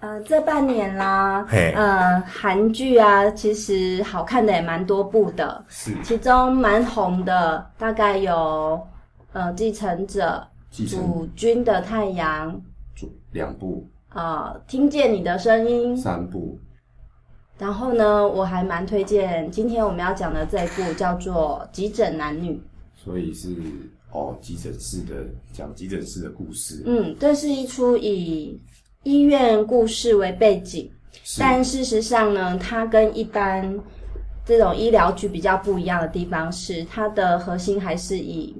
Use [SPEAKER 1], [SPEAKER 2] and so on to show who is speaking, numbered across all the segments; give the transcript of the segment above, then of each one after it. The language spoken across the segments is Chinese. [SPEAKER 1] 呃这半年啦，
[SPEAKER 2] 嘿
[SPEAKER 1] 呃，韩剧啊，其实好看的也蛮多部的，
[SPEAKER 2] 是
[SPEAKER 1] 其中蛮红的大概有呃《继承者》
[SPEAKER 2] 继
[SPEAKER 1] 《
[SPEAKER 2] 承
[SPEAKER 1] 主君的太阳》
[SPEAKER 2] 主两部、
[SPEAKER 1] 呃《听见你的声音》，
[SPEAKER 2] 三部，
[SPEAKER 1] 然后呢，我还蛮推荐今天我们要讲的这一部叫做《急诊男女》。
[SPEAKER 2] 所以是哦急诊室的讲急诊室的故事，
[SPEAKER 1] 嗯，这是一出以医院故事为背景，
[SPEAKER 2] 是
[SPEAKER 1] 但事实上呢，它跟一般这种医疗剧比较不一样的地方是，它的核心还是以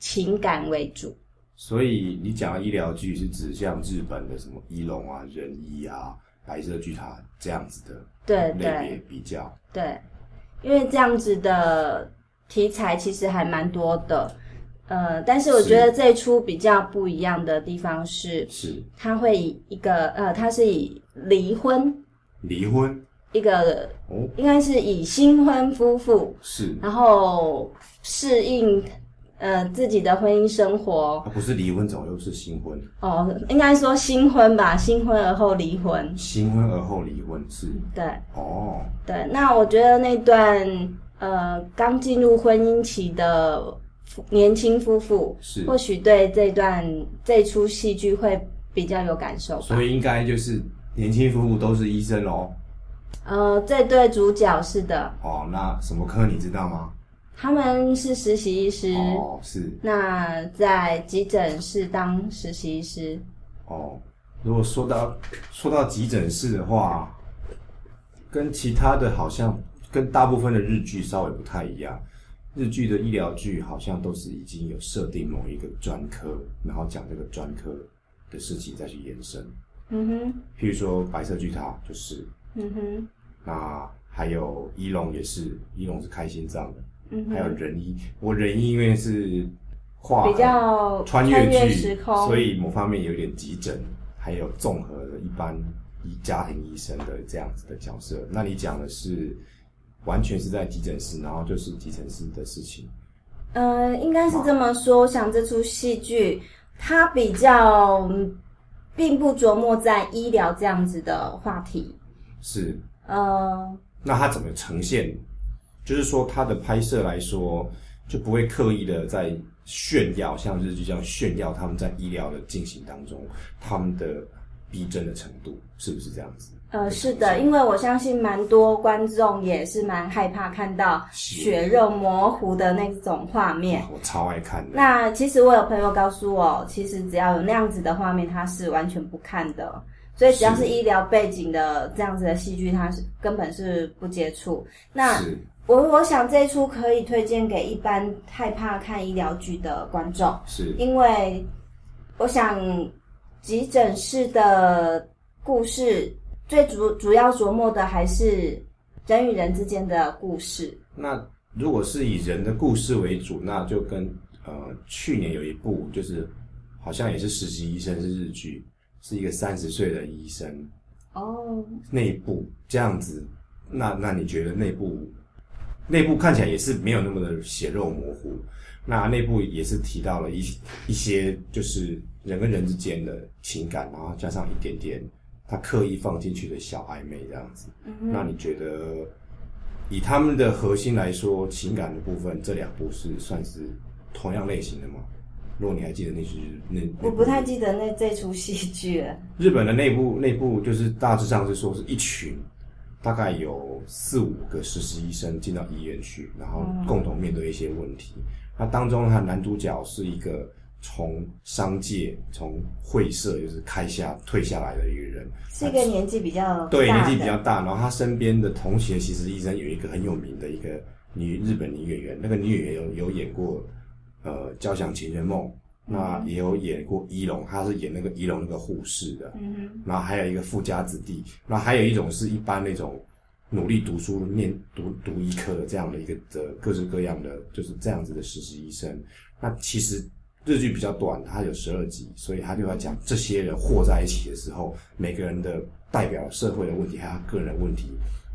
[SPEAKER 1] 情感为主。
[SPEAKER 2] 所以你讲的医疗剧是指像日本的什么医龙啊、仁医啊、白色巨塔这样子的
[SPEAKER 1] 对
[SPEAKER 2] 类别
[SPEAKER 1] 对
[SPEAKER 2] 比较，
[SPEAKER 1] 对，因为这样子的题材其实还蛮多的。呃，但是我觉得这一出比较不一样的地方是，
[SPEAKER 2] 是
[SPEAKER 1] 它会以一个呃，它是以离婚
[SPEAKER 2] 离婚
[SPEAKER 1] 一个
[SPEAKER 2] 哦，
[SPEAKER 1] 应该是以新婚夫妇
[SPEAKER 2] 是
[SPEAKER 1] 然后适应呃自己的婚姻生活
[SPEAKER 2] 啊，不是离婚怎么又是新婚？
[SPEAKER 1] 哦，应该说新婚吧，新婚而后离婚。
[SPEAKER 2] 新婚而后离婚是
[SPEAKER 1] 对
[SPEAKER 2] 哦，
[SPEAKER 1] 对，那我觉得那段呃刚进入婚姻期的夫年轻夫妇，
[SPEAKER 2] 是
[SPEAKER 1] 或许对这段这出戏剧会比较有感受吧。
[SPEAKER 2] 所以应该就是年轻夫妇都是医生哦。
[SPEAKER 1] 呃，这对主角是的，
[SPEAKER 2] 哦，那什么科你知道吗？
[SPEAKER 1] 他们是实习医师。
[SPEAKER 2] 哦，是
[SPEAKER 1] 那在急诊室当实习医师，
[SPEAKER 2] 哦。如果说到说到急诊室的话，跟其他的好像跟大部分的日剧稍微不太一样。日剧的医疗剧好像都是已经有设定某一个专科，然后讲这个专科的事情再去延伸。
[SPEAKER 1] 嗯哼，
[SPEAKER 2] 譬如说白色巨塔就是，
[SPEAKER 1] 嗯哼，
[SPEAKER 2] 那还有伊龙也是，伊龙是开心脏的，
[SPEAKER 1] 嗯哼，
[SPEAKER 2] 还有仁医，我仁医因为是跨
[SPEAKER 1] 比较
[SPEAKER 2] 穿越剧，
[SPEAKER 1] 时空，
[SPEAKER 2] 所以某方面有点急诊，还有综合的一般医家庭医生的这样子的角色。那你讲的是完全是在急诊室，然后就是急诊室的事情，
[SPEAKER 1] 呃，应该是这么说。我想这出戏剧它比较嗯并不琢磨在医疗这样子的话题，
[SPEAKER 2] 是
[SPEAKER 1] 呃，
[SPEAKER 2] 那它怎么呈现？就是说它的拍摄来说，就不会刻意的在炫耀，像日剧这样炫耀他们在医疗的进行当中他们的逼真的程度，是不是这样子？
[SPEAKER 1] 呃，是的，因为我相信蛮多观众也是蛮害怕看到
[SPEAKER 2] 是
[SPEAKER 1] 血肉模糊的那种画面。
[SPEAKER 2] 我超爱看的。
[SPEAKER 1] 那其实我有朋友告诉我，其实只要有那样子的画面，他是完全不看的。所以只要
[SPEAKER 2] 是
[SPEAKER 1] 是医疗背景的这样子的戏剧，他是根本是不接触。那
[SPEAKER 2] 是
[SPEAKER 1] 我我想这一出可以推荐给一般害怕看医疗剧的观众，
[SPEAKER 2] 是
[SPEAKER 1] 因为我想急诊室的故事最主主要琢磨的还是人与人之间的故事。
[SPEAKER 2] 那如果是以人的故事为主，那就跟呃去年有一部就是好像也是实习医生是日剧，是一个三十岁的医生
[SPEAKER 1] 哦，
[SPEAKER 2] 那一部这样子，那那你觉得那部那部看起来也是没有那么的血肉模糊，那那部也是提到了一一些就是人跟人之间的情感，然后加上一点点他刻意放进去的小暧昧这样子。
[SPEAKER 1] 嗯
[SPEAKER 2] 那
[SPEAKER 1] 哼，
[SPEAKER 2] 你觉得以他们的核心来说，情感的部分，这两部是算是同样类型的吗？如果你还记得那是那，
[SPEAKER 1] 我不太记得那这出戏剧了。
[SPEAKER 2] 日本的内部内部就是大致上是说是一群，大概有四五个实习医生进到医院去，然后共同面对一些问题。那当中，他男主角是一个从商界从会社就是开下退下来的一个人，
[SPEAKER 1] 是一个年纪比较
[SPEAKER 2] 对，
[SPEAKER 1] 哦大
[SPEAKER 2] 年
[SPEAKER 1] 的
[SPEAKER 2] 纪比较大，然后他身边的同学其实医生有一个很有名的一个女日本女演员，那个女演员有有演过呃《交响情人梦》，那也有演过《一龙》，她是演那个一龙那个护士的，
[SPEAKER 1] 嗯哼，
[SPEAKER 2] 然后还有一个富家子弟，然后还有一种是一般那种努力读书、念读读医科的这样的一个的各式各样的就是这样子的实习医生。那其实日剧比较短，它有十二集，所以他就要讲这些人和在一起的时候，每个人的代表社会的问题，还有他个人的问题。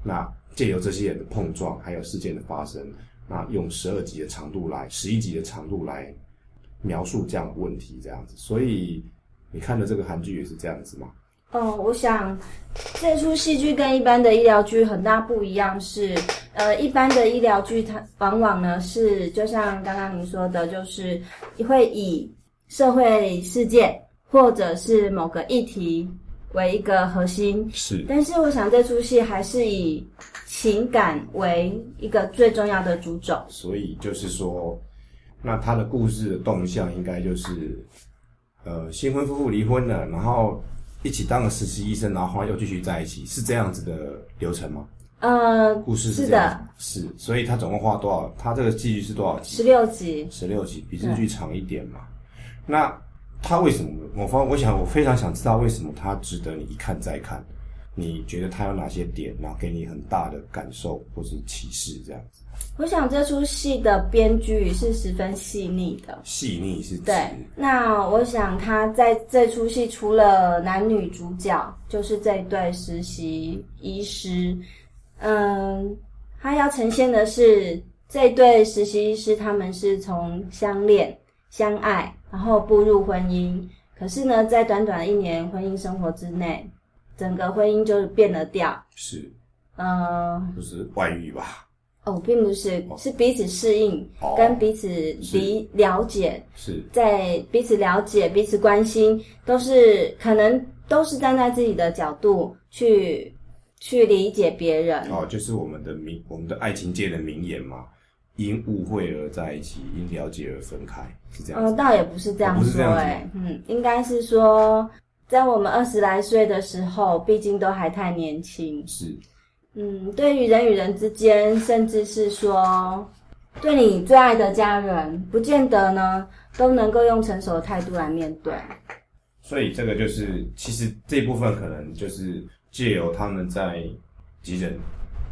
[SPEAKER 2] 那借由这些人的碰撞，还有事件的发生，那用十二集的长度来，十一集的长度来描述这样的问题，这样子。所以你看的这个韩剧也是这样子吗？
[SPEAKER 1] 嗯，我想这出戏剧跟一般的医疗剧很大不一样是，呃，一般的医疗剧它往往呢是就像刚刚您说的，就是会以社会事件或者是某个议题为一个核心，
[SPEAKER 2] 是
[SPEAKER 1] 但是我想这出戏还是以情感为一个最重要的主轴。
[SPEAKER 2] 所以就是说，那他的故事的动向应该就是，呃，新婚夫妇离婚了，然后一起当了实习医生，然后后来又继续在一起，是这样子的流程吗？
[SPEAKER 1] 呃，
[SPEAKER 2] 故事
[SPEAKER 1] 是
[SPEAKER 2] 这样子是，所以他总共花多少？他这个戏剧是多少集？
[SPEAKER 1] 十六集，
[SPEAKER 2] 十六集，比日剧长一点嘛。那他为什么？我方我想我非常想知道为什么他值得你一看再看。你觉得他有哪些点，然后给你很大的感受或是启示？这样子
[SPEAKER 1] 我想这出戏的编剧是十分细腻的。
[SPEAKER 2] 细腻是指
[SPEAKER 1] 对，那我想他在这出戏除了男女主角，就是这一对实习医师，嗯，他要呈现的是这一对实习医师，他们是从相恋、相爱，然后步入婚姻。可是呢，在短短一年婚姻生活之内，整个婚姻就变了调。
[SPEAKER 2] 是
[SPEAKER 1] 嗯，
[SPEAKER 2] 就是外遇吧？
[SPEAKER 1] 哦，并不是，是彼此适应，
[SPEAKER 2] 哦
[SPEAKER 1] 跟彼此
[SPEAKER 2] 是
[SPEAKER 1] 理了解，
[SPEAKER 2] 是
[SPEAKER 1] 在彼此了解、彼此关心，都是可能都是站在自己的角度去去理解别人。
[SPEAKER 2] 哦，就是我们的名，我们的爱情界的名言嘛。因误会而在一起，因了解而分开，是这样
[SPEAKER 1] 呃，
[SPEAKER 2] 子。
[SPEAKER 1] 倒也不是这样
[SPEAKER 2] 哦不是这
[SPEAKER 1] 说、
[SPEAKER 2] 样子
[SPEAKER 1] 哎，嗯，应该是说，在我们二十来岁的时候，毕竟都还太年轻。
[SPEAKER 2] 是
[SPEAKER 1] 嗯，对于人与人之间，甚至是说，对你最爱的家人，不见得呢都能够用成熟的态度来面对。
[SPEAKER 2] 所以这个就是，其实这部分可能就是借由他们在急诊、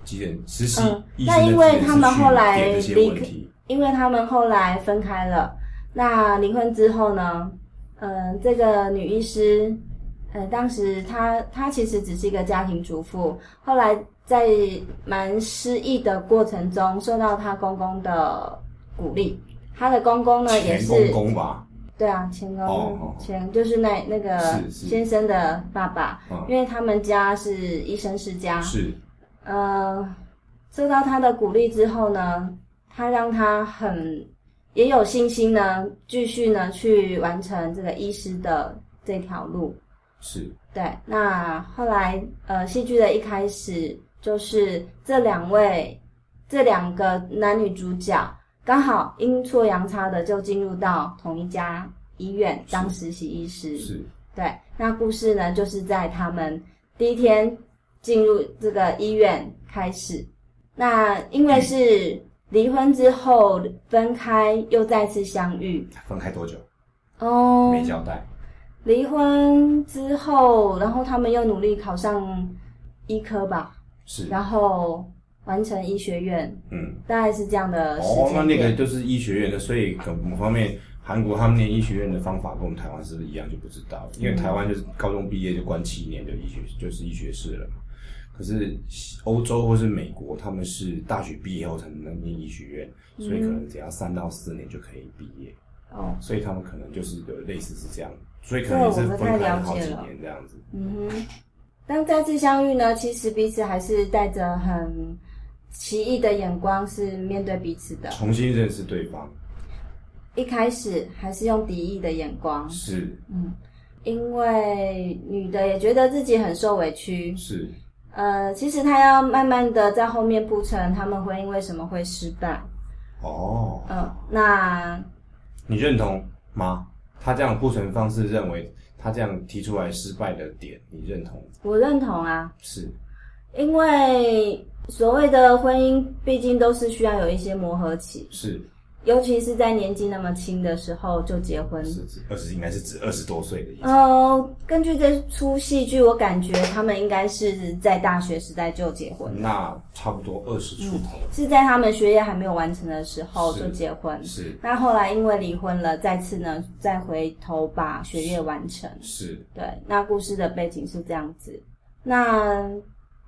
[SPEAKER 2] 急诊实习
[SPEAKER 1] 嗯
[SPEAKER 2] 医
[SPEAKER 1] 那
[SPEAKER 2] 生的
[SPEAKER 1] 因为
[SPEAKER 2] 急诊
[SPEAKER 1] 他们
[SPEAKER 2] 室去
[SPEAKER 1] 后来
[SPEAKER 2] 点这些
[SPEAKER 1] 离
[SPEAKER 2] 问
[SPEAKER 1] 开
[SPEAKER 2] 题，
[SPEAKER 1] 因为他们后来分开了。那离婚之后呢？呃，这个女医师，呃，当时她她其实只是一个家庭主妇，后来在蛮失意的过程中，受到她公公的鼓励。她的公公呢，呃也
[SPEAKER 2] 前
[SPEAKER 1] 是
[SPEAKER 2] 公公吧，
[SPEAKER 1] 对啊，前公、
[SPEAKER 2] 哦哦
[SPEAKER 1] 前就是那那个
[SPEAKER 2] 是是
[SPEAKER 1] 先生的爸爸，
[SPEAKER 2] 嗯，
[SPEAKER 1] 因为他们家是医生世家，
[SPEAKER 2] 是
[SPEAKER 1] 呃，受到他的鼓励之后呢，他让他很也有信心呢，继续呢去完成这个医师的这条路。
[SPEAKER 2] 是
[SPEAKER 1] 对，那后来呃，戏剧的一开始就是这两位这两个男女主角刚好阴错阳差的就进入到同一家医院
[SPEAKER 2] 是
[SPEAKER 1] 当实习医师。
[SPEAKER 2] 是
[SPEAKER 1] 对，那故事呢，就是在他们第一天进入这个医院开始。那因
[SPEAKER 2] 嗯
[SPEAKER 1] 为是离婚之后分开，又再次相遇。
[SPEAKER 2] 分开多久
[SPEAKER 1] 哦，
[SPEAKER 2] 没交代，
[SPEAKER 1] 离婚之后，然后他们又努力考上医科吧，
[SPEAKER 2] 是
[SPEAKER 1] 然后完成医学院，
[SPEAKER 2] 嗯，
[SPEAKER 1] 大概是这样的时
[SPEAKER 2] 哦，那
[SPEAKER 1] 间
[SPEAKER 2] 那
[SPEAKER 1] 点。
[SPEAKER 2] 个就是医学院的，所以可某方面。韩国他们念医学院的方法跟我们台湾是不是一样就不知道，因为台湾就是高中毕业就关七年就医学就是医学士了嘛。可是欧洲或是美国，他们是大学毕业后才能念医学院，所以可能只要三到四年就可以毕业，
[SPEAKER 1] 哦，
[SPEAKER 2] 所以他们可能就是有类似是这样，所以可能也是分
[SPEAKER 1] 对我不太
[SPEAKER 2] 开
[SPEAKER 1] 了解
[SPEAKER 2] 好几
[SPEAKER 1] 了
[SPEAKER 2] 年这样子。
[SPEAKER 1] 嗯哼，但再次相遇呢，其实彼此还是带着很奇异的眼光是面对彼此的。
[SPEAKER 2] 重新认识对方
[SPEAKER 1] 一开始还是用敌意的眼光，
[SPEAKER 2] 是
[SPEAKER 1] 嗯，因为女的也觉得自己很受委屈。
[SPEAKER 2] 是
[SPEAKER 1] 呃，其实她要慢慢的在后面铺陈他们婚姻为什么会失败。
[SPEAKER 2] 哦，
[SPEAKER 1] 嗯、那
[SPEAKER 2] 你认同吗？他这样铺陈方式，认为他这样提出来失败的点，你认同
[SPEAKER 1] 我认同啊，
[SPEAKER 2] 是
[SPEAKER 1] 因为所谓的婚姻，毕竟都是需要有一些磨合期。
[SPEAKER 2] 是
[SPEAKER 1] 尤其是在年纪那么轻的时候就结婚。
[SPEAKER 2] 是指二十应该是指二十多岁的意思，
[SPEAKER 1] 呃，根据这出戏剧，我感觉他们应该是在大学时代就结婚，
[SPEAKER 2] 那差不多二十出头、
[SPEAKER 1] 是在他们学业还没有完成的时候
[SPEAKER 2] 是
[SPEAKER 1] 就结婚。
[SPEAKER 2] 是
[SPEAKER 1] 那后来因为离婚了，再次呢再回头把学业完成。
[SPEAKER 2] 是
[SPEAKER 1] 对，那故事的背景是这样子。那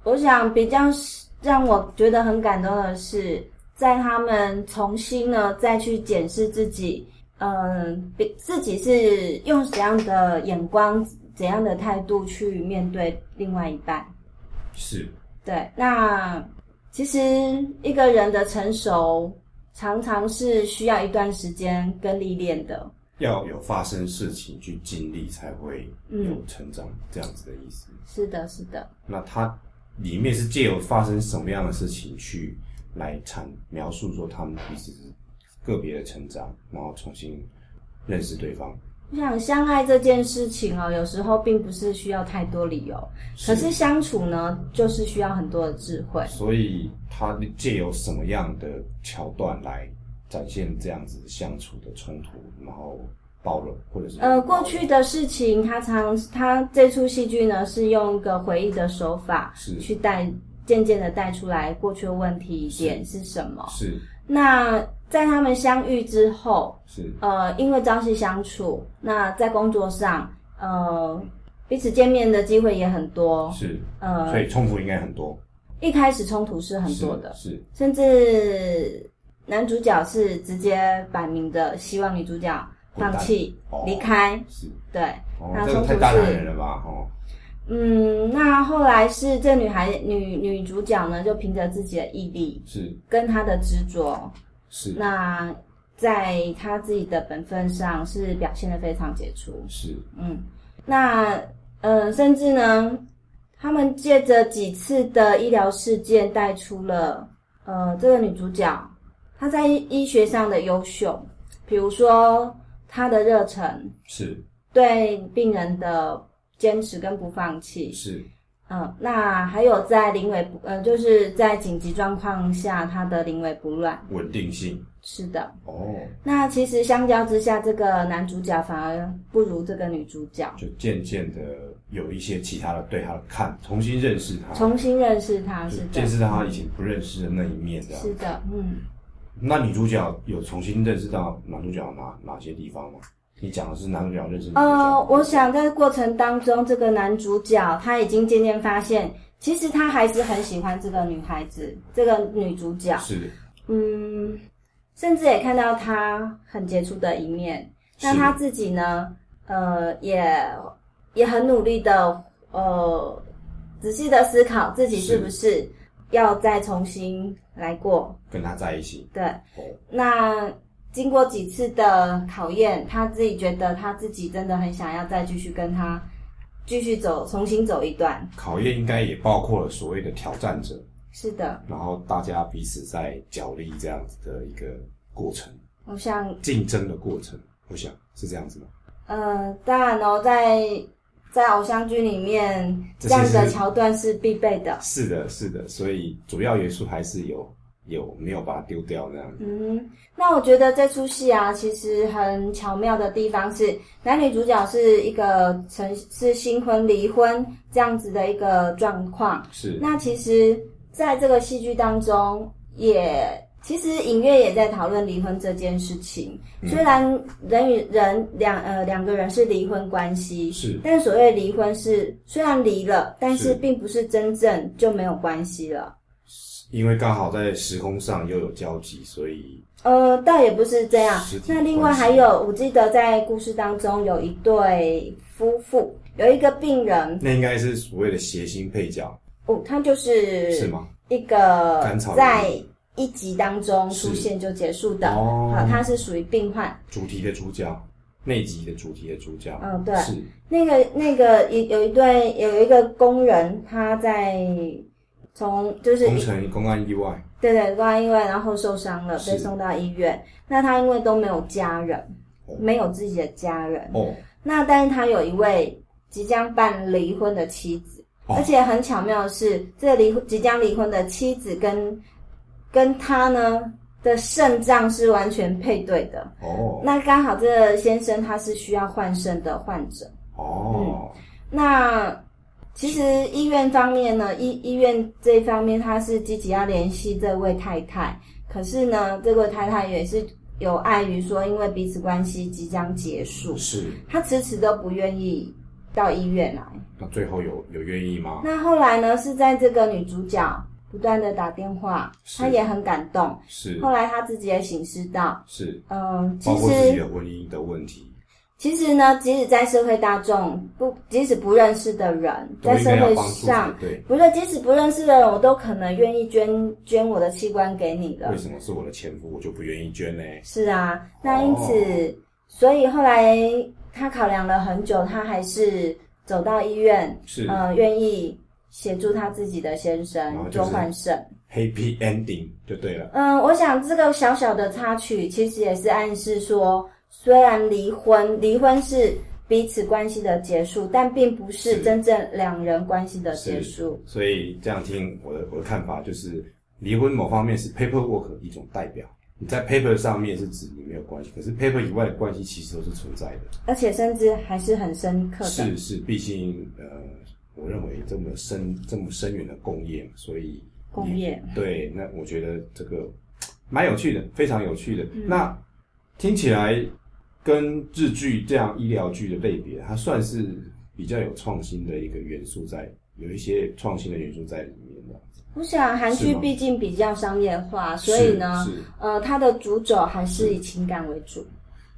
[SPEAKER 1] 我想比较是让我觉得很感动的是，在他们重新呢再去检视自己，嗯、比自己是用怎样的眼光怎样的态度去面对另外一半。
[SPEAKER 2] 是
[SPEAKER 1] 对，那其实一个人的成熟常常是需要一段时间跟历练的。
[SPEAKER 2] 要有发生事情去经历才会
[SPEAKER 1] 嗯
[SPEAKER 2] 有成长，这样子的意思。
[SPEAKER 1] 是的，是的，
[SPEAKER 2] 那它里面是借由发生什么样的事情去来阐描述说他们彼此是个别的成长，然后重新认识对方。
[SPEAKER 1] 我想相爱这件事情哦，有时候并不是需要太多理由，可是相处呢，就是需要很多的智慧。
[SPEAKER 2] 所以他借由什么样的桥段来展现这样子相处的冲突，然后包容或者是
[SPEAKER 1] 呃，过去的事情，他常他这出戏剧呢是用一个回忆的手法
[SPEAKER 2] 是
[SPEAKER 1] 去带，渐渐的带出来过去的问题点是什么。
[SPEAKER 2] 是
[SPEAKER 1] 那在他们相遇之后，
[SPEAKER 2] 是
[SPEAKER 1] 呃，因为朝夕相处，那在工作上，呃，彼此见面的机会也很多。
[SPEAKER 2] 是，
[SPEAKER 1] 呃，
[SPEAKER 2] 所以冲突应该很多，
[SPEAKER 1] 一开始冲突是很多的，
[SPEAKER 2] 是是
[SPEAKER 1] 甚至男主角是直接摆明的希望女主角放弃
[SPEAKER 2] 滚蛋哦
[SPEAKER 1] 离开。
[SPEAKER 2] 是
[SPEAKER 1] 对，
[SPEAKER 2] 哦
[SPEAKER 1] 那，
[SPEAKER 2] 这
[SPEAKER 1] 冲
[SPEAKER 2] 个
[SPEAKER 1] 突
[SPEAKER 2] 太大男
[SPEAKER 1] 是
[SPEAKER 2] 人了吧？哦，
[SPEAKER 1] 嗯，那后来是这女孩女女主角呢，就凭着自己的毅力
[SPEAKER 2] 哦是
[SPEAKER 1] 跟她的执着，
[SPEAKER 2] 是
[SPEAKER 1] 那在她自己的本分上是表现的非常杰出。
[SPEAKER 2] 是
[SPEAKER 1] 嗯，那呃，甚至呢，他们借着几次的医疗事件带出了呃，这个女主角她在医学上的优秀，比如说她的热忱，
[SPEAKER 2] 是
[SPEAKER 1] 对病人的坚持跟不放弃，
[SPEAKER 2] 是
[SPEAKER 1] 嗯、那还有在临危不呃，就是在紧急状况下她的临危不乱，
[SPEAKER 2] 稳定性
[SPEAKER 1] 是的。
[SPEAKER 2] 哦，
[SPEAKER 1] 那其实相较之下，这个男主角反而不如这个女主角。
[SPEAKER 2] 就渐渐的有一些其他的对他的看，重新认识他，
[SPEAKER 1] 重新认识他
[SPEAKER 2] 就是
[SPEAKER 1] 的，
[SPEAKER 2] 见识到他以前不认识的那一面，这样
[SPEAKER 1] 是的，嗯，
[SPEAKER 2] 那女主角有重新认识到男主角哪哪些地方吗？你讲的是男主角认识女主角，
[SPEAKER 1] 呃，我想在过程当中，这个男主角他已经渐渐发现，其实他还是很喜欢这个女孩子，这个女主角，
[SPEAKER 2] 是
[SPEAKER 1] 嗯，甚至也看到她很杰出的一面。那
[SPEAKER 2] 是
[SPEAKER 1] 他自己呢，呃，也也很努力的，呃，仔细的思考自己是不是要再重新来过，
[SPEAKER 2] 跟他在一起
[SPEAKER 1] 对。
[SPEAKER 2] 哦，
[SPEAKER 1] 那经过几次的考验，他自己觉得他自己真的很想要再继续跟他继续走，重新走一段。
[SPEAKER 2] 考验应该也包括了所谓的挑战者，
[SPEAKER 1] 是的，
[SPEAKER 2] 然后大家彼此在角力这样子的一个过程，
[SPEAKER 1] 我想，
[SPEAKER 2] 竞争的过程，我想是这样子吗？
[SPEAKER 1] 呃，当然哦，在在偶像剧里面，
[SPEAKER 2] 这
[SPEAKER 1] 这
[SPEAKER 2] 些
[SPEAKER 1] 样
[SPEAKER 2] 是
[SPEAKER 1] 的桥段是必备的。
[SPEAKER 2] 是的，是的，所以主要元素还是有有没有把它丢掉那样子，
[SPEAKER 1] 嗯，那我觉得这出戏啊，其实很巧妙的地方是，男女主角是一个曾是新婚离婚这样子的一个状况，
[SPEAKER 2] 是
[SPEAKER 1] 那其实在这个戏剧当中也，其实隐约也在讨论离婚这件事情。
[SPEAKER 2] 嗯
[SPEAKER 1] 虽然人与人两呃两个人是离婚关系，
[SPEAKER 2] 是
[SPEAKER 1] 但所谓离婚是虽然离了，但
[SPEAKER 2] 是
[SPEAKER 1] 是并不是真正就没有关系了。
[SPEAKER 2] 因为刚好在时空上又有交集，所以
[SPEAKER 1] 呃，倒也不是这样
[SPEAKER 2] 实。体
[SPEAKER 1] 那另外还有，我记得在故事当中有一对夫妇，有一个病人，
[SPEAKER 2] 那应该是所谓的谐星配角，
[SPEAKER 1] 哦，他就是
[SPEAKER 2] 是吗？
[SPEAKER 1] 一个
[SPEAKER 2] 甘草人
[SPEAKER 1] 在一集当中出现就结束的，
[SPEAKER 2] 哦
[SPEAKER 1] 好，他是属于病患。
[SPEAKER 2] 主题的主角，那集的主题的主角，
[SPEAKER 1] 嗯对
[SPEAKER 2] 是
[SPEAKER 1] 那个那个一有一对有一个工人，他在从就是
[SPEAKER 2] 工程公安意外，
[SPEAKER 1] 对对，突然意外然后受伤了，
[SPEAKER 2] 是
[SPEAKER 1] 被送到医院。那他因为都没有家人
[SPEAKER 2] 哦，
[SPEAKER 1] 没有自己的家人，
[SPEAKER 2] 哦，
[SPEAKER 1] 那但是他有一位即将办离婚的妻子，
[SPEAKER 2] 哦
[SPEAKER 1] 而且很巧妙的是，这离婚即将离婚的妻子跟跟他呢的肾脏是完全配对的。
[SPEAKER 2] 哦，
[SPEAKER 1] 那刚好这个先生他是需要换肾的患者。
[SPEAKER 2] 哦，
[SPEAKER 1] 嗯那其实医院方面呢，医医院这一方面他是积极要联系这位太太，可是呢，这位太太也是有碍于说，因为彼此关系即将结束，
[SPEAKER 2] 是。
[SPEAKER 1] 他迟迟都不愿意到医院来。
[SPEAKER 2] 那最后有有愿意吗？
[SPEAKER 1] 那后来呢，是在这个女主角不断的打电话，
[SPEAKER 2] 是
[SPEAKER 1] 她也很感动。
[SPEAKER 2] 是
[SPEAKER 1] 后来她自己也醒思到，
[SPEAKER 2] 是，
[SPEAKER 1] 嗯、
[SPEAKER 2] 包
[SPEAKER 1] 其
[SPEAKER 2] 括自己
[SPEAKER 1] 实
[SPEAKER 2] 的婚姻的问题，
[SPEAKER 1] 其实呢，即使在社会大众不，即使不认识的人，
[SPEAKER 2] 都
[SPEAKER 1] 在
[SPEAKER 2] 应
[SPEAKER 1] 社
[SPEAKER 2] 该要
[SPEAKER 1] 会
[SPEAKER 2] 帮助
[SPEAKER 1] 上
[SPEAKER 2] 才，对。
[SPEAKER 1] 不是即使不认识的人，我都可能愿意捐捐我的器官给你了
[SPEAKER 2] 为。什么是我的前夫，我就不愿意捐呢？
[SPEAKER 1] 是啊，那因此，
[SPEAKER 2] 哦
[SPEAKER 1] 所以后来他考量了很久，他还是走到医院，
[SPEAKER 2] 是
[SPEAKER 1] 呃，愿意协助他自己的先
[SPEAKER 2] 然后
[SPEAKER 1] 生
[SPEAKER 2] 就
[SPEAKER 1] 周
[SPEAKER 2] 是
[SPEAKER 1] 焕胜。
[SPEAKER 2] Happy ending 就对了。
[SPEAKER 1] 嗯，我想这个小小的插曲其实也是暗示说，虽然离婚，离婚是彼此关系的结束，但并不是
[SPEAKER 2] 是
[SPEAKER 1] 真正两人关系的结
[SPEAKER 2] 是
[SPEAKER 1] 束。
[SPEAKER 2] 所以这样听我的我的看法就是，离婚某方面是 paperwork 一种代表。你在 paper 上面是指你没有关系，可是 paper 以外的关系其实都是存在的。
[SPEAKER 1] 而且甚至还是很深刻的。
[SPEAKER 2] 是是，毕竟呃，我认为这么深这么深远的共业嘛，所以
[SPEAKER 1] 共业
[SPEAKER 2] 对，那我觉得这个蛮有趣的，非常有趣的。
[SPEAKER 1] 嗯
[SPEAKER 2] 那听起来跟日剧这样医疗剧的类别，它算是比较有创新的一个元素在，有一些创新的元素在里面的。
[SPEAKER 1] 我想韩
[SPEAKER 2] 是
[SPEAKER 1] 剧
[SPEAKER 2] 吗
[SPEAKER 1] 毕竟比较商业化，所以呢
[SPEAKER 2] 是，是
[SPEAKER 1] 呃，它的主轴还是以情感为主。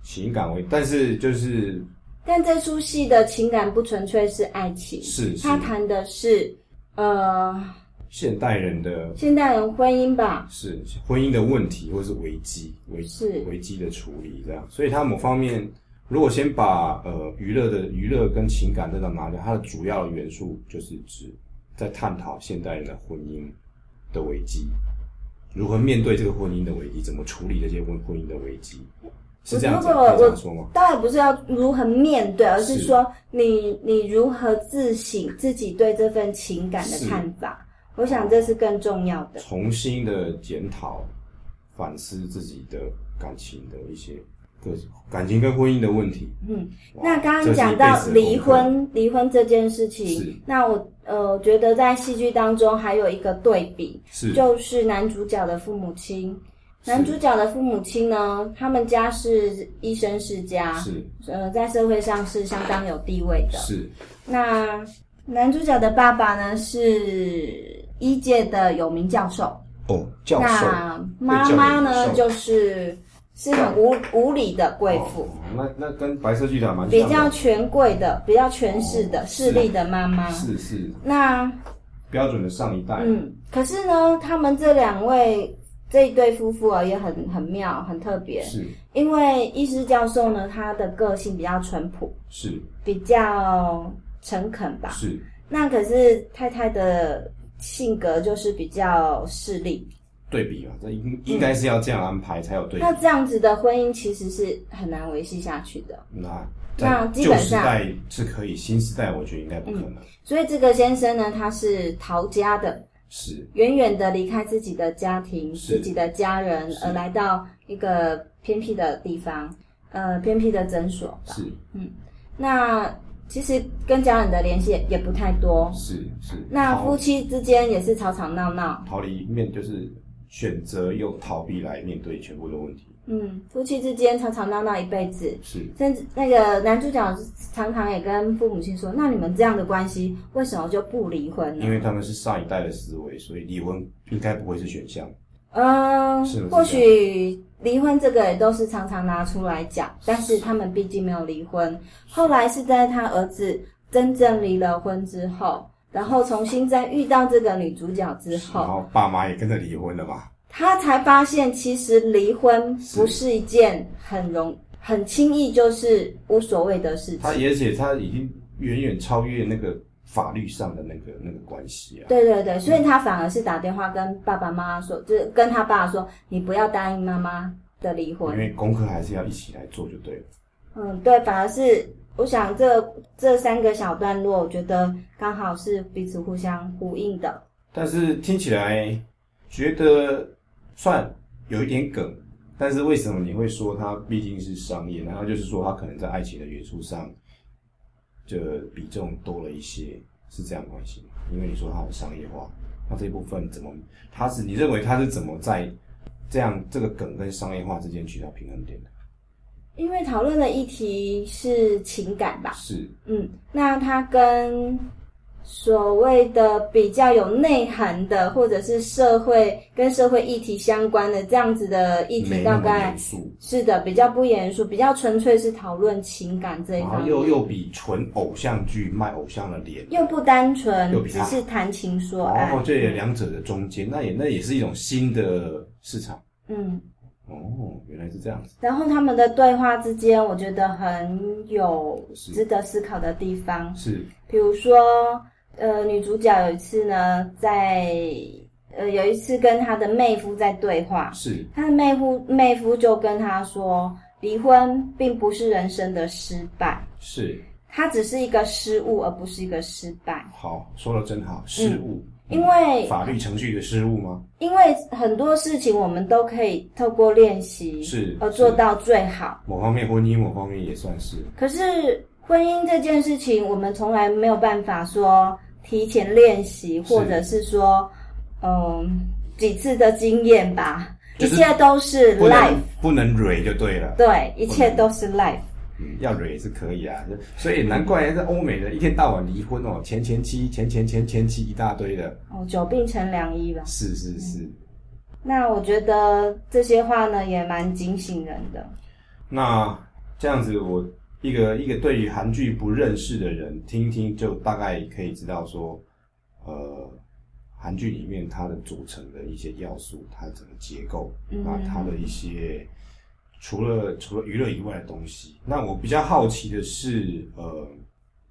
[SPEAKER 2] 情感为，但是就是
[SPEAKER 1] 但这出戏的情感不纯粹是爱情，
[SPEAKER 2] 是是
[SPEAKER 1] 它谈的是呃
[SPEAKER 2] 现代人的
[SPEAKER 1] 现代人婚姻吧，
[SPEAKER 2] 是婚姻的问题，或是危机危
[SPEAKER 1] 是
[SPEAKER 2] 危机的处理这样。所以它某方面，如果先把呃娱乐的娱乐跟情感这种拿掉，它的主要元素就是指在探讨现代人的婚姻的危机，如何面对这个婚姻的危机，怎么处理这些婚婚姻的危机，是这样子
[SPEAKER 1] 如果
[SPEAKER 2] 可以这
[SPEAKER 1] 我
[SPEAKER 2] 样说吗？
[SPEAKER 1] 当然不是要如何面对，而是
[SPEAKER 2] 是
[SPEAKER 1] 说你你如何自省自己对这份情感的
[SPEAKER 2] 是
[SPEAKER 1] 看法。我想这是更重要的。
[SPEAKER 2] 重新的检讨、反思自己的感情的一些各感情跟婚姻的问题。
[SPEAKER 1] 嗯
[SPEAKER 2] 哇，
[SPEAKER 1] 那刚刚
[SPEAKER 2] 这是
[SPEAKER 1] 讲
[SPEAKER 2] 一辈
[SPEAKER 1] 到
[SPEAKER 2] 子的
[SPEAKER 1] 离
[SPEAKER 2] 功课
[SPEAKER 1] 婚，离婚这件事
[SPEAKER 2] 是
[SPEAKER 1] 情，那我呃觉得在戏剧当中还有一个对比，
[SPEAKER 2] 是
[SPEAKER 1] 就是男主角的父母亲。
[SPEAKER 2] 是
[SPEAKER 1] 男主角的父母亲呢，他们家是医生世家，
[SPEAKER 2] 是
[SPEAKER 1] 呃，在社会上是相当有地位的。
[SPEAKER 2] 是
[SPEAKER 1] 那男主角的爸爸呢是医界的有名教授，
[SPEAKER 2] 哦，教授
[SPEAKER 1] 那妈妈呢就是是很无无理的贵妇。
[SPEAKER 2] 哦那那跟白色巨塔蛮
[SPEAKER 1] 比
[SPEAKER 2] 像
[SPEAKER 1] 较
[SPEAKER 2] 的，
[SPEAKER 1] 权贵的、比较权势的、
[SPEAKER 2] 哦是啊
[SPEAKER 1] 势力的妈妈。
[SPEAKER 2] 是哎是
[SPEAKER 1] 那
[SPEAKER 2] 标准的上一代，
[SPEAKER 1] 嗯，可是呢，他们这两位这一对夫妇啊，也很很妙，很特别。
[SPEAKER 2] 是
[SPEAKER 1] 因为医师教授呢，他的个性比较淳朴，
[SPEAKER 2] 是
[SPEAKER 1] 比较诚恳吧。
[SPEAKER 2] 是
[SPEAKER 1] 那可是太太的性格就是比较势利。
[SPEAKER 2] 对比啊嘛，这应应该是要这样安排才有对比
[SPEAKER 1] 那。这样子的婚姻其实是很难维系下去的。
[SPEAKER 2] 那
[SPEAKER 1] 嗯那
[SPEAKER 2] 在
[SPEAKER 1] 基
[SPEAKER 2] 旧
[SPEAKER 1] 本
[SPEAKER 2] 时
[SPEAKER 1] 上嗯
[SPEAKER 2] 代是可以，新时代我觉得应该不可能。
[SPEAKER 1] 所以这个先生呢，他是逃家的，
[SPEAKER 2] 是
[SPEAKER 1] 远远的离开自己的家庭、
[SPEAKER 2] 是
[SPEAKER 1] 自己的家人，
[SPEAKER 2] 是
[SPEAKER 1] 而来到一个偏僻的地方，呃，偏僻的诊所吧。
[SPEAKER 2] 是
[SPEAKER 1] 那其实跟家人的联系也也不太多。
[SPEAKER 2] 是是。
[SPEAKER 1] 那
[SPEAKER 2] 好
[SPEAKER 1] 夫妻之间也是吵吵闹闹，
[SPEAKER 2] 逃离面就是选择用逃避来面对全部的问题，
[SPEAKER 1] 嗯，夫妻之间吵吵闹闹一辈子，
[SPEAKER 2] 是
[SPEAKER 1] 甚至那个男主角常常也跟父母亲说：“那你们这样的关系，为什么就不离婚呢
[SPEAKER 2] 因为他们是上一代的思维，所以离婚应该不会是选项。？”
[SPEAKER 1] 嗯
[SPEAKER 2] 是的是，
[SPEAKER 1] 或
[SPEAKER 2] 的
[SPEAKER 1] 许离婚这个也都是常常拿出来讲，但是他们毕竟没有离婚。后来是在他儿子真正离了婚之后，然后重新再遇到这个女主角之
[SPEAKER 2] 然
[SPEAKER 1] 后，
[SPEAKER 2] 后爸妈也跟着离婚了嘛，
[SPEAKER 1] 他才发现其实离婚不是一件很容很轻易就是无所谓的事
[SPEAKER 2] 他
[SPEAKER 1] 情。
[SPEAKER 2] 而且他已经远远超越那个法律上的那个那个关系啊。
[SPEAKER 1] 对对对，所以他反而是打电话跟爸爸妈妈说，就是跟他爸说，你不要答应妈妈的离婚
[SPEAKER 2] 因。为功课还是要一起来做就对了，
[SPEAKER 1] 嗯，对，反而是我想这这三个小段落，我觉得刚好是彼此互相呼应的。
[SPEAKER 2] 但是听起来觉得算有一点梗，但是为什么你会说它毕竟是商业？难道就是说它可能在爱情的元素上的比重多了一些，是这样的关系吗？因为你说它很商业化，那这一部分怎么它是你认为它是怎么在这样这个梗跟商业化之间取到平衡点的？
[SPEAKER 1] 因为讨论的议题是情感吧，
[SPEAKER 2] 是
[SPEAKER 1] 嗯，那它跟所谓的比较有内涵的，或者是社会跟社会议题相关的这样子的议
[SPEAKER 2] 没
[SPEAKER 1] 题，
[SPEAKER 2] 那
[SPEAKER 1] 大
[SPEAKER 2] 么
[SPEAKER 1] 概
[SPEAKER 2] 严肃，
[SPEAKER 1] 是的，比较不严肃，比较纯粹是讨论情感这一
[SPEAKER 2] 然
[SPEAKER 1] 方
[SPEAKER 2] 后
[SPEAKER 1] 面，
[SPEAKER 2] 又又比纯偶像剧卖偶像的脸，
[SPEAKER 1] 又不单纯
[SPEAKER 2] 又，比
[SPEAKER 1] 只
[SPEAKER 2] 较
[SPEAKER 1] 是谈情说
[SPEAKER 2] 然
[SPEAKER 1] 爱嗯
[SPEAKER 2] 后，这也两者的中间，那也那也是一种新的市场
[SPEAKER 1] 嗯。
[SPEAKER 2] 哦，原来是这样子，
[SPEAKER 1] 然后他们的对话之间，我觉得很有
[SPEAKER 2] 是
[SPEAKER 1] 值得思考的地方。
[SPEAKER 2] 是
[SPEAKER 1] 比如说，呃，女主角有一次呢，在呃有一次跟她的妹夫在对话，
[SPEAKER 2] 是
[SPEAKER 1] 她的妹夫妹夫就跟她说，离婚并不是人生的失败，
[SPEAKER 2] 是，
[SPEAKER 1] 它只是一个失误，而不是一个失败。
[SPEAKER 2] 好，说的真好，失误，
[SPEAKER 1] 嗯
[SPEAKER 2] 嗯
[SPEAKER 1] 因为
[SPEAKER 2] 法律程序的失误吗？
[SPEAKER 1] 因为很多事情我们都可以透过练习
[SPEAKER 2] 是
[SPEAKER 1] 而做
[SPEAKER 2] 是
[SPEAKER 1] 到最好。
[SPEAKER 2] 某方面婚姻，某方面也算是
[SPEAKER 1] 可是婚姻这件事情，我们从来没有办法说提前练习，
[SPEAKER 2] 是
[SPEAKER 1] 或者是说，嗯，几次的经验吧，
[SPEAKER 2] 就是
[SPEAKER 1] 一切都是
[SPEAKER 2] 不
[SPEAKER 1] life，
[SPEAKER 2] 能不能蕊就对了。
[SPEAKER 1] 对，一切都是 life。
[SPEAKER 2] 嗯要蕊也是可以啊，就所以难怪在欧美人一天到晚离婚哦，前前妻、前前前前妻一大堆的，
[SPEAKER 1] 哦，久病成良医吧。
[SPEAKER 2] 是是是。
[SPEAKER 1] 那我觉得这些话呢，也蛮警醒人的。
[SPEAKER 2] 那这样子，我一个一个对于韩剧不认识的人听一听，就大概可以知道说，呃，韩剧里面它的组成的一些要素，它整个结构，
[SPEAKER 1] 嗯
[SPEAKER 2] 那它的一些除了除了娱乐以外的东西。那我比较好奇的是，呃，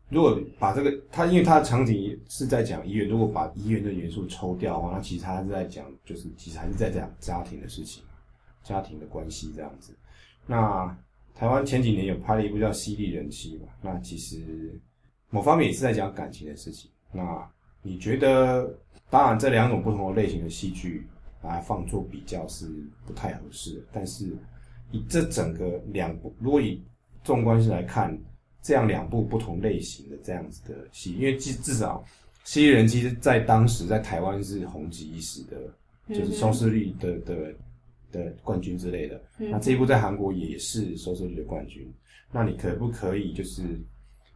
[SPEAKER 2] 如果把这个它，因为它的场景是在讲医院，如果把医院的元素抽掉的话，那其实它是在讲，就是其实还是在讲家庭的事情，家庭的关系这样子。那台湾前几年有拍了一部叫《犀利人妻》嘛，那其实某方面也是在讲感情的事情。那你觉得，当然这两种不同的类型的戏剧拿来放做比较是不太合适的，但是以这整个两部，如果以纵观性来看，这样两部不同类型的这样子的戏，因为至至少《犀利人妻》在当时在台湾是红极一时的，就是收视率的的的冠军之类的。
[SPEAKER 1] 嗯
[SPEAKER 2] 那这一部在韩国也是收视率的冠军。那你可不可以就是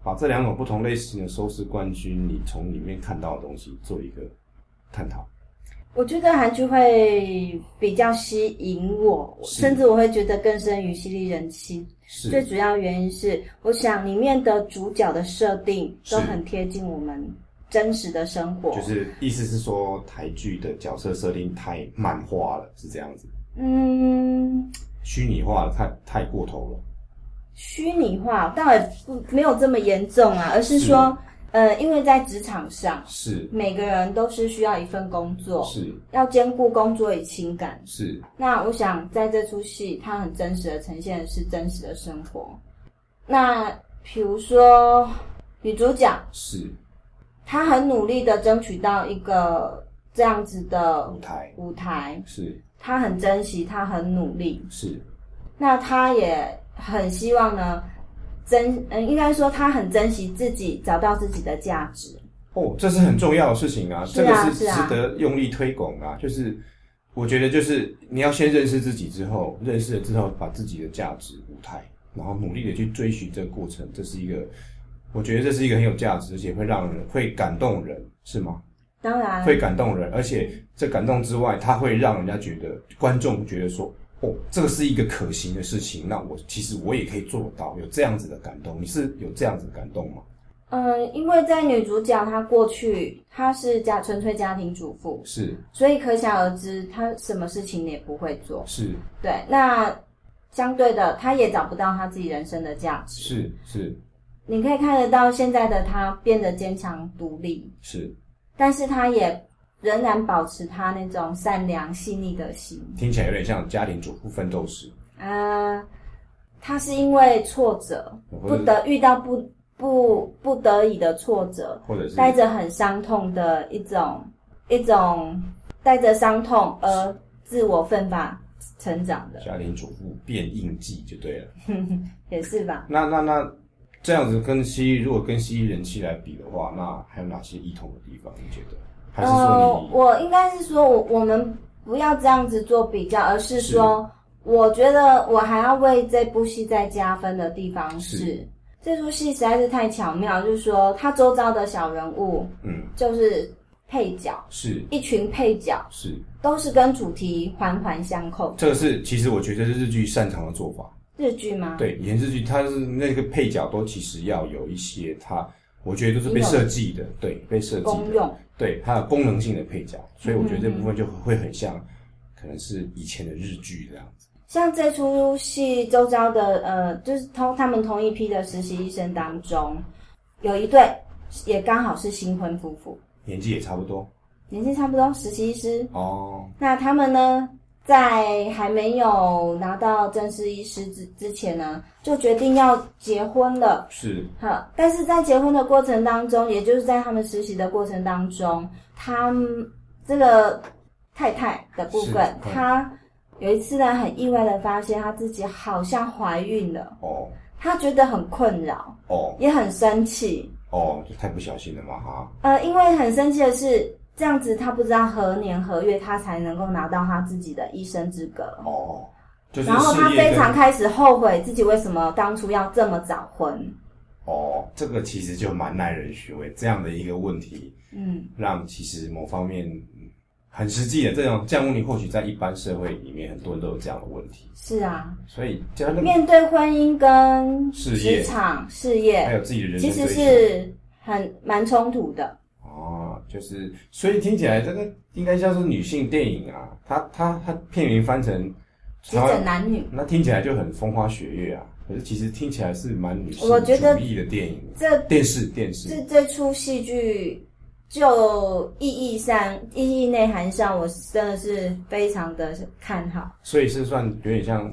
[SPEAKER 2] 把这两种不同类型的收视冠军，你从里面看到的东西做一个探讨？
[SPEAKER 1] 我觉得韩剧会比较吸引我，
[SPEAKER 2] 是
[SPEAKER 1] 甚至我会觉得更深于犀利人妻
[SPEAKER 2] 是
[SPEAKER 1] 最主要原因是，我想里面的主角的设定
[SPEAKER 2] 是
[SPEAKER 1] 都很贴近我们真实的生活。
[SPEAKER 2] 就是意思是说台剧的角色设定太漫画了，是这样子，
[SPEAKER 1] 嗯，
[SPEAKER 2] 虚拟化了，太太过头了。
[SPEAKER 1] 虚拟化倒也不没有这么严重啊，而是说，呃，因为在职场上，
[SPEAKER 2] 是
[SPEAKER 1] 每个人都是需要一份工作，
[SPEAKER 2] 是
[SPEAKER 1] 要兼顾工作与情感。
[SPEAKER 2] 是，
[SPEAKER 1] 那我想在这出戏，它很真实的呈现的是真实的生活。那比如说女主角，
[SPEAKER 2] 是
[SPEAKER 1] 她很努力的争取到一个这样子的
[SPEAKER 2] 舞台，
[SPEAKER 1] 舞台，
[SPEAKER 2] 是
[SPEAKER 1] 她很珍惜，她很努力，
[SPEAKER 2] 是
[SPEAKER 1] 那她也很希望呢，珍嗯，应该说她很珍惜自己找到自己的价值。
[SPEAKER 2] 哦，这是很重要的事情啊，
[SPEAKER 1] 是
[SPEAKER 2] 这个
[SPEAKER 1] 啊
[SPEAKER 2] 是
[SPEAKER 1] 是啊
[SPEAKER 2] 值得用力推广啊。就是我觉得，就是你要先认识自己之后，认识了之后，把自己的价值舞台，然后努力的去追寻这个过程，这是一个，我觉得这是一个很有价值，而且会让人会感动人，是吗？
[SPEAKER 1] 当然，
[SPEAKER 2] 会感动人，而且这感动之外，它会让人家觉得观众觉得说，哦，这个是一个可行的事情，那我其实我也可以做到，有这样子的感动。你是有这样子的感动吗？
[SPEAKER 1] 嗯，因为在女主角她过去她是家纯粹家庭主妇，
[SPEAKER 2] 是
[SPEAKER 1] 所以可想而知，她什么事情也不会做。
[SPEAKER 2] 是
[SPEAKER 1] 对，那相对的，她也找不到她自己人生的价值。
[SPEAKER 2] 是是
[SPEAKER 1] 你可以看得到现在的她变得坚强独立，
[SPEAKER 2] 是，
[SPEAKER 1] 但是他也仍然保持他那种善良细腻的心。
[SPEAKER 2] 听起来有点像家庭主妇奋斗史，
[SPEAKER 1] 呃，他是因为挫折，不得遇到不不不得已的挫折，
[SPEAKER 2] 或者是
[SPEAKER 1] 带着很伤痛的一种一种带着伤痛而自我奋发成长的，
[SPEAKER 2] 家庭主妇变印记就对了。
[SPEAKER 1] 也是吧？
[SPEAKER 2] 那那那这样子跟西如果跟西人气来比的话，那还有哪些异同的地方？你觉得？还是
[SPEAKER 1] 呃
[SPEAKER 2] 说，你、
[SPEAKER 1] 我应该是说我我们不要这样子做比较，而是说，我觉得我还要为这部戏再加分的地方是，
[SPEAKER 2] 是
[SPEAKER 1] 这出戏实在是太巧妙，就是说他周遭的小人物
[SPEAKER 2] 嗯，
[SPEAKER 1] 就是配角，
[SPEAKER 2] 是
[SPEAKER 1] 一群配角
[SPEAKER 2] 是，
[SPEAKER 1] 都是跟主题环环相扣。
[SPEAKER 2] 这个是其实我觉得是日剧擅长的做法。
[SPEAKER 1] 日剧吗？
[SPEAKER 2] 对，以前日剧它是那个配角都其实要有一些它，我觉得都是被设计的，
[SPEAKER 1] 嗯
[SPEAKER 2] 对，被设计
[SPEAKER 1] 公
[SPEAKER 2] 的，
[SPEAKER 1] 用
[SPEAKER 2] 对，它有功能性的配角，所以我觉得这
[SPEAKER 1] 嗯
[SPEAKER 2] 部分就会很像，可能是以前的日剧这样子。
[SPEAKER 1] 像这出戏周遭的呃，就是同他们同一批的实习医生当中，有一对也刚好是新婚夫妇，
[SPEAKER 2] 年纪也差不多
[SPEAKER 1] 年纪差不多，实习医师。
[SPEAKER 2] 哦，
[SPEAKER 1] 那他们呢，在还没有拿到正式医师之之前呢，就决定要结婚了。
[SPEAKER 2] 是
[SPEAKER 1] 好，但是在结婚的过程当中，也就是在他们实习的过程当中，他们这个太太的部分，
[SPEAKER 2] 是嗯
[SPEAKER 1] 她有一次呢，很意外的发现她自己好像怀孕了，
[SPEAKER 2] 哦
[SPEAKER 1] 她觉得很困扰，
[SPEAKER 2] 哦
[SPEAKER 1] 也很生气。
[SPEAKER 2] 哦，就太不小心了嘛哈，
[SPEAKER 1] 呃，因为很生气的是，这样子她不知道何年何月她才能够拿到她自己的医生资格，
[SPEAKER 2] 哦，就是
[SPEAKER 1] 然后她
[SPEAKER 2] 事业
[SPEAKER 1] 非
[SPEAKER 2] 跟
[SPEAKER 1] 常开始后悔自己为什么当初要这么早婚。
[SPEAKER 2] 哦，这个其实就蛮耐人寻味，这样的一个问题，
[SPEAKER 1] 嗯，
[SPEAKER 2] 让其实某方面嗯很实际的这种这样问题，或许在一般社会里面很多人都有这样的问题，
[SPEAKER 1] 是啊，
[SPEAKER 2] 所以加上
[SPEAKER 1] 面对婚姻跟
[SPEAKER 2] 事业
[SPEAKER 1] 职场事
[SPEAKER 2] 还
[SPEAKER 1] 业，
[SPEAKER 2] 有自己的人生
[SPEAKER 1] 其
[SPEAKER 2] 追
[SPEAKER 1] 实
[SPEAKER 2] 求
[SPEAKER 1] 是很蛮冲突的。
[SPEAKER 2] 哦，就是所以听起来这个应该叫做女性电影啊，它它它片名翻成
[SPEAKER 1] 急诊男女，
[SPEAKER 2] 那听起来就很风花雪月啊，可是其实听起来是蛮女性
[SPEAKER 1] 我觉得
[SPEAKER 2] 主义的电影，
[SPEAKER 1] 这
[SPEAKER 2] 电视电视
[SPEAKER 1] 这这出戏剧就意义上、意义内涵上，我真的是非常的看好。
[SPEAKER 2] 所以是算有点像，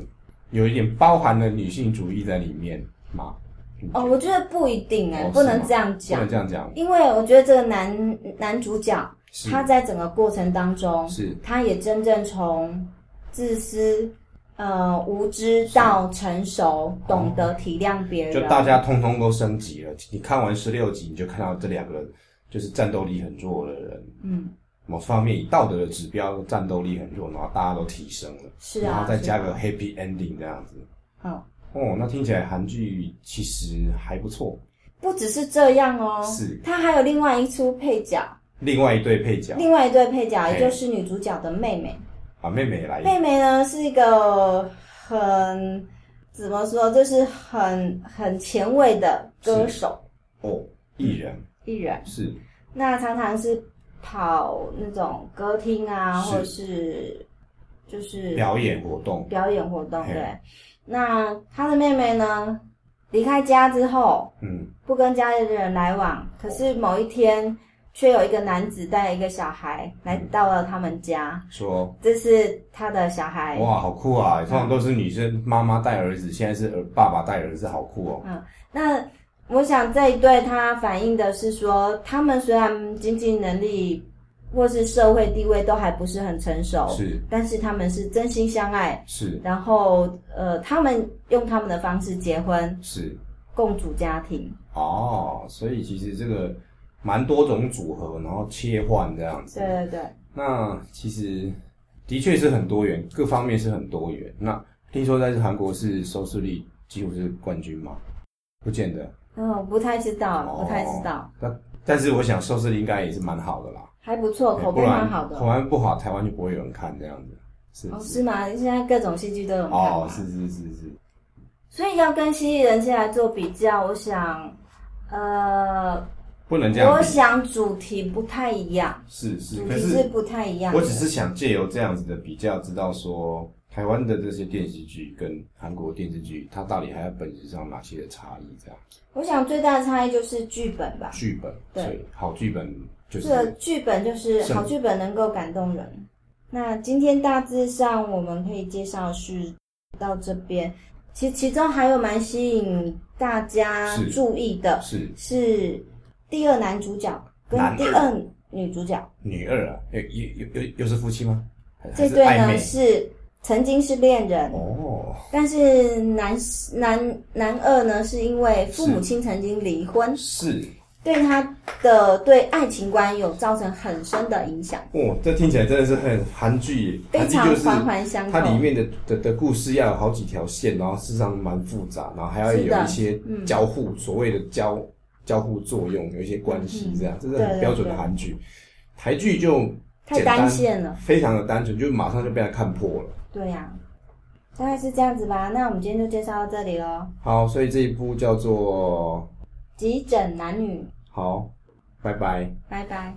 [SPEAKER 2] 有一点包含了女性主义在里面嘛？你觉
[SPEAKER 1] 哦，
[SPEAKER 2] 得
[SPEAKER 1] 我觉得不一定哎、
[SPEAKER 2] 哦
[SPEAKER 1] 不
[SPEAKER 2] 是吗
[SPEAKER 1] 能这样
[SPEAKER 2] 不
[SPEAKER 1] 讲
[SPEAKER 2] 能，这样讲，
[SPEAKER 1] 因为我觉得这个男男主角
[SPEAKER 2] 是
[SPEAKER 1] 他在整个过程当中，
[SPEAKER 2] 是
[SPEAKER 1] 他也真正从自私。呃，无知到成熟，懂得体谅别人，
[SPEAKER 2] 就大家通通都升级了。你看完十六集，你就看到这两个就是战斗力很弱的人，
[SPEAKER 1] 嗯，
[SPEAKER 2] 某方面以道德的指标战斗力很弱，然后大家都提升了，
[SPEAKER 1] 是啊
[SPEAKER 2] 然后再加
[SPEAKER 1] 是
[SPEAKER 2] 个
[SPEAKER 1] 啊
[SPEAKER 2] happy ending 这样子。
[SPEAKER 1] 嗯，
[SPEAKER 2] 哦，那听起来韩剧其实还不错，
[SPEAKER 1] 不只是这样哦，
[SPEAKER 2] 是
[SPEAKER 1] 他还有另外一出配角，
[SPEAKER 2] 另外一对配角
[SPEAKER 1] 另外一对配角，
[SPEAKER 2] 嘿
[SPEAKER 1] 也就是女主角的妹妹。
[SPEAKER 2] 啊，妹妹也来演
[SPEAKER 1] 妹妹呢是一个很怎么说，就是很很前卫的歌手
[SPEAKER 2] 哦，艺人
[SPEAKER 1] 艺人，
[SPEAKER 2] 是
[SPEAKER 1] 那常常是跑那种歌厅啊，
[SPEAKER 2] 是
[SPEAKER 1] 或者是就是
[SPEAKER 2] 表演活动，
[SPEAKER 1] 表演活动。
[SPEAKER 2] 嘿
[SPEAKER 1] 对，那她的妹妹呢离开家之后，
[SPEAKER 2] 嗯，
[SPEAKER 1] 不跟家里的人来往。可是某一天，却有一个男子带了一个小孩来到了他们家，
[SPEAKER 2] 说
[SPEAKER 1] 这是他的小孩。
[SPEAKER 2] 哇，好酷啊！通常都是女生妈妈带儿子，现在是儿爸爸带儿子，好酷哦。
[SPEAKER 1] 那我想这一对他反映的是说，他们虽然经济能力或是社会地位都还不是很成熟，
[SPEAKER 2] 是
[SPEAKER 1] 但是他们是真心相爱。
[SPEAKER 2] 是
[SPEAKER 1] 然后，呃，他们用他们的方式结婚，
[SPEAKER 2] 是
[SPEAKER 1] 共组家庭。
[SPEAKER 2] 哦，所以其实这个蛮多种组合，然后切换这样子。
[SPEAKER 1] 对对对，
[SPEAKER 2] 那其实的确是很多元，各方面是很多元。那听说在韩国是收视率几乎是冠军嘛？不见得，
[SPEAKER 1] 嗯，我不太知道，
[SPEAKER 2] 哦
[SPEAKER 1] 不太知道，
[SPEAKER 2] 但是我想收视率应该也是蛮好的啦。
[SPEAKER 1] 还不错，口
[SPEAKER 2] 哎不
[SPEAKER 1] 碑蛮
[SPEAKER 2] 然
[SPEAKER 1] 哦好的。
[SPEAKER 2] 口碑不好，台湾就不会有人看这样子，是
[SPEAKER 1] 哦，
[SPEAKER 2] 不是？
[SPEAKER 1] 是吗？现在各种戏剧都有看嘛
[SPEAKER 2] 哦，是是是是，
[SPEAKER 1] 所以要跟蜥蜴人先来做比较，我想，呃，
[SPEAKER 2] 不能这样
[SPEAKER 1] 我
[SPEAKER 2] 比。
[SPEAKER 1] 想主题不太一样，
[SPEAKER 2] 是是，
[SPEAKER 1] 主
[SPEAKER 2] 可
[SPEAKER 1] 题
[SPEAKER 2] 是
[SPEAKER 1] 是不太一样的。
[SPEAKER 2] 我只是想借由这样子的比较，知道说台湾的这些电视剧跟韩国电视剧，它到底还有本质上哪些的差异？这样
[SPEAKER 1] 我想最大的差异就是剧本吧，
[SPEAKER 2] 剧本，
[SPEAKER 1] 对
[SPEAKER 2] 所以好剧本就是
[SPEAKER 1] 这个剧本就是
[SPEAKER 2] 是
[SPEAKER 1] 好剧本能够感动人。那今天大致上我们可以介绍的是到这边，其其中还有蛮吸引大家
[SPEAKER 2] 是
[SPEAKER 1] 注意的
[SPEAKER 2] 是
[SPEAKER 1] 是第二男主角跟
[SPEAKER 2] 男二
[SPEAKER 1] 第二女主角。
[SPEAKER 2] 女二啊，又又又又又是夫妻吗？还还
[SPEAKER 1] 这
[SPEAKER 2] 是
[SPEAKER 1] 对
[SPEAKER 2] 暧
[SPEAKER 1] 呢
[SPEAKER 2] 昧
[SPEAKER 1] 是曾经是恋人，
[SPEAKER 2] 哦，
[SPEAKER 1] 但是男男男二呢是因为父母亲曾经离婚，
[SPEAKER 2] 是
[SPEAKER 1] 对他的对爱情观有造成很深的影响，
[SPEAKER 2] 哇，这听起来真的是很韩剧耶，
[SPEAKER 1] 非
[SPEAKER 2] 韩剧
[SPEAKER 1] 常
[SPEAKER 2] 就是
[SPEAKER 1] 环环相扣。
[SPEAKER 2] 它里面的的的故事要有好几条线，然后事实上蛮复杂，然后还要
[SPEAKER 1] 是的嗯
[SPEAKER 2] 有一些交互，所谓的交交互作用，有一些关系，这样，这是
[SPEAKER 1] 对嗯
[SPEAKER 2] 很
[SPEAKER 1] 对
[SPEAKER 2] 标准的
[SPEAKER 1] 对
[SPEAKER 2] 韩剧。台剧就
[SPEAKER 1] 太
[SPEAKER 2] 简单
[SPEAKER 1] 单线了，
[SPEAKER 2] 非常的单纯，就马上就被他看破了。
[SPEAKER 1] 对呀、大概是这样子吧。那我们今天就介绍到这里喽。
[SPEAKER 2] 好，所以这一部叫做
[SPEAKER 1] 急诊男女，
[SPEAKER 2] 好，拜拜。
[SPEAKER 1] 拜拜。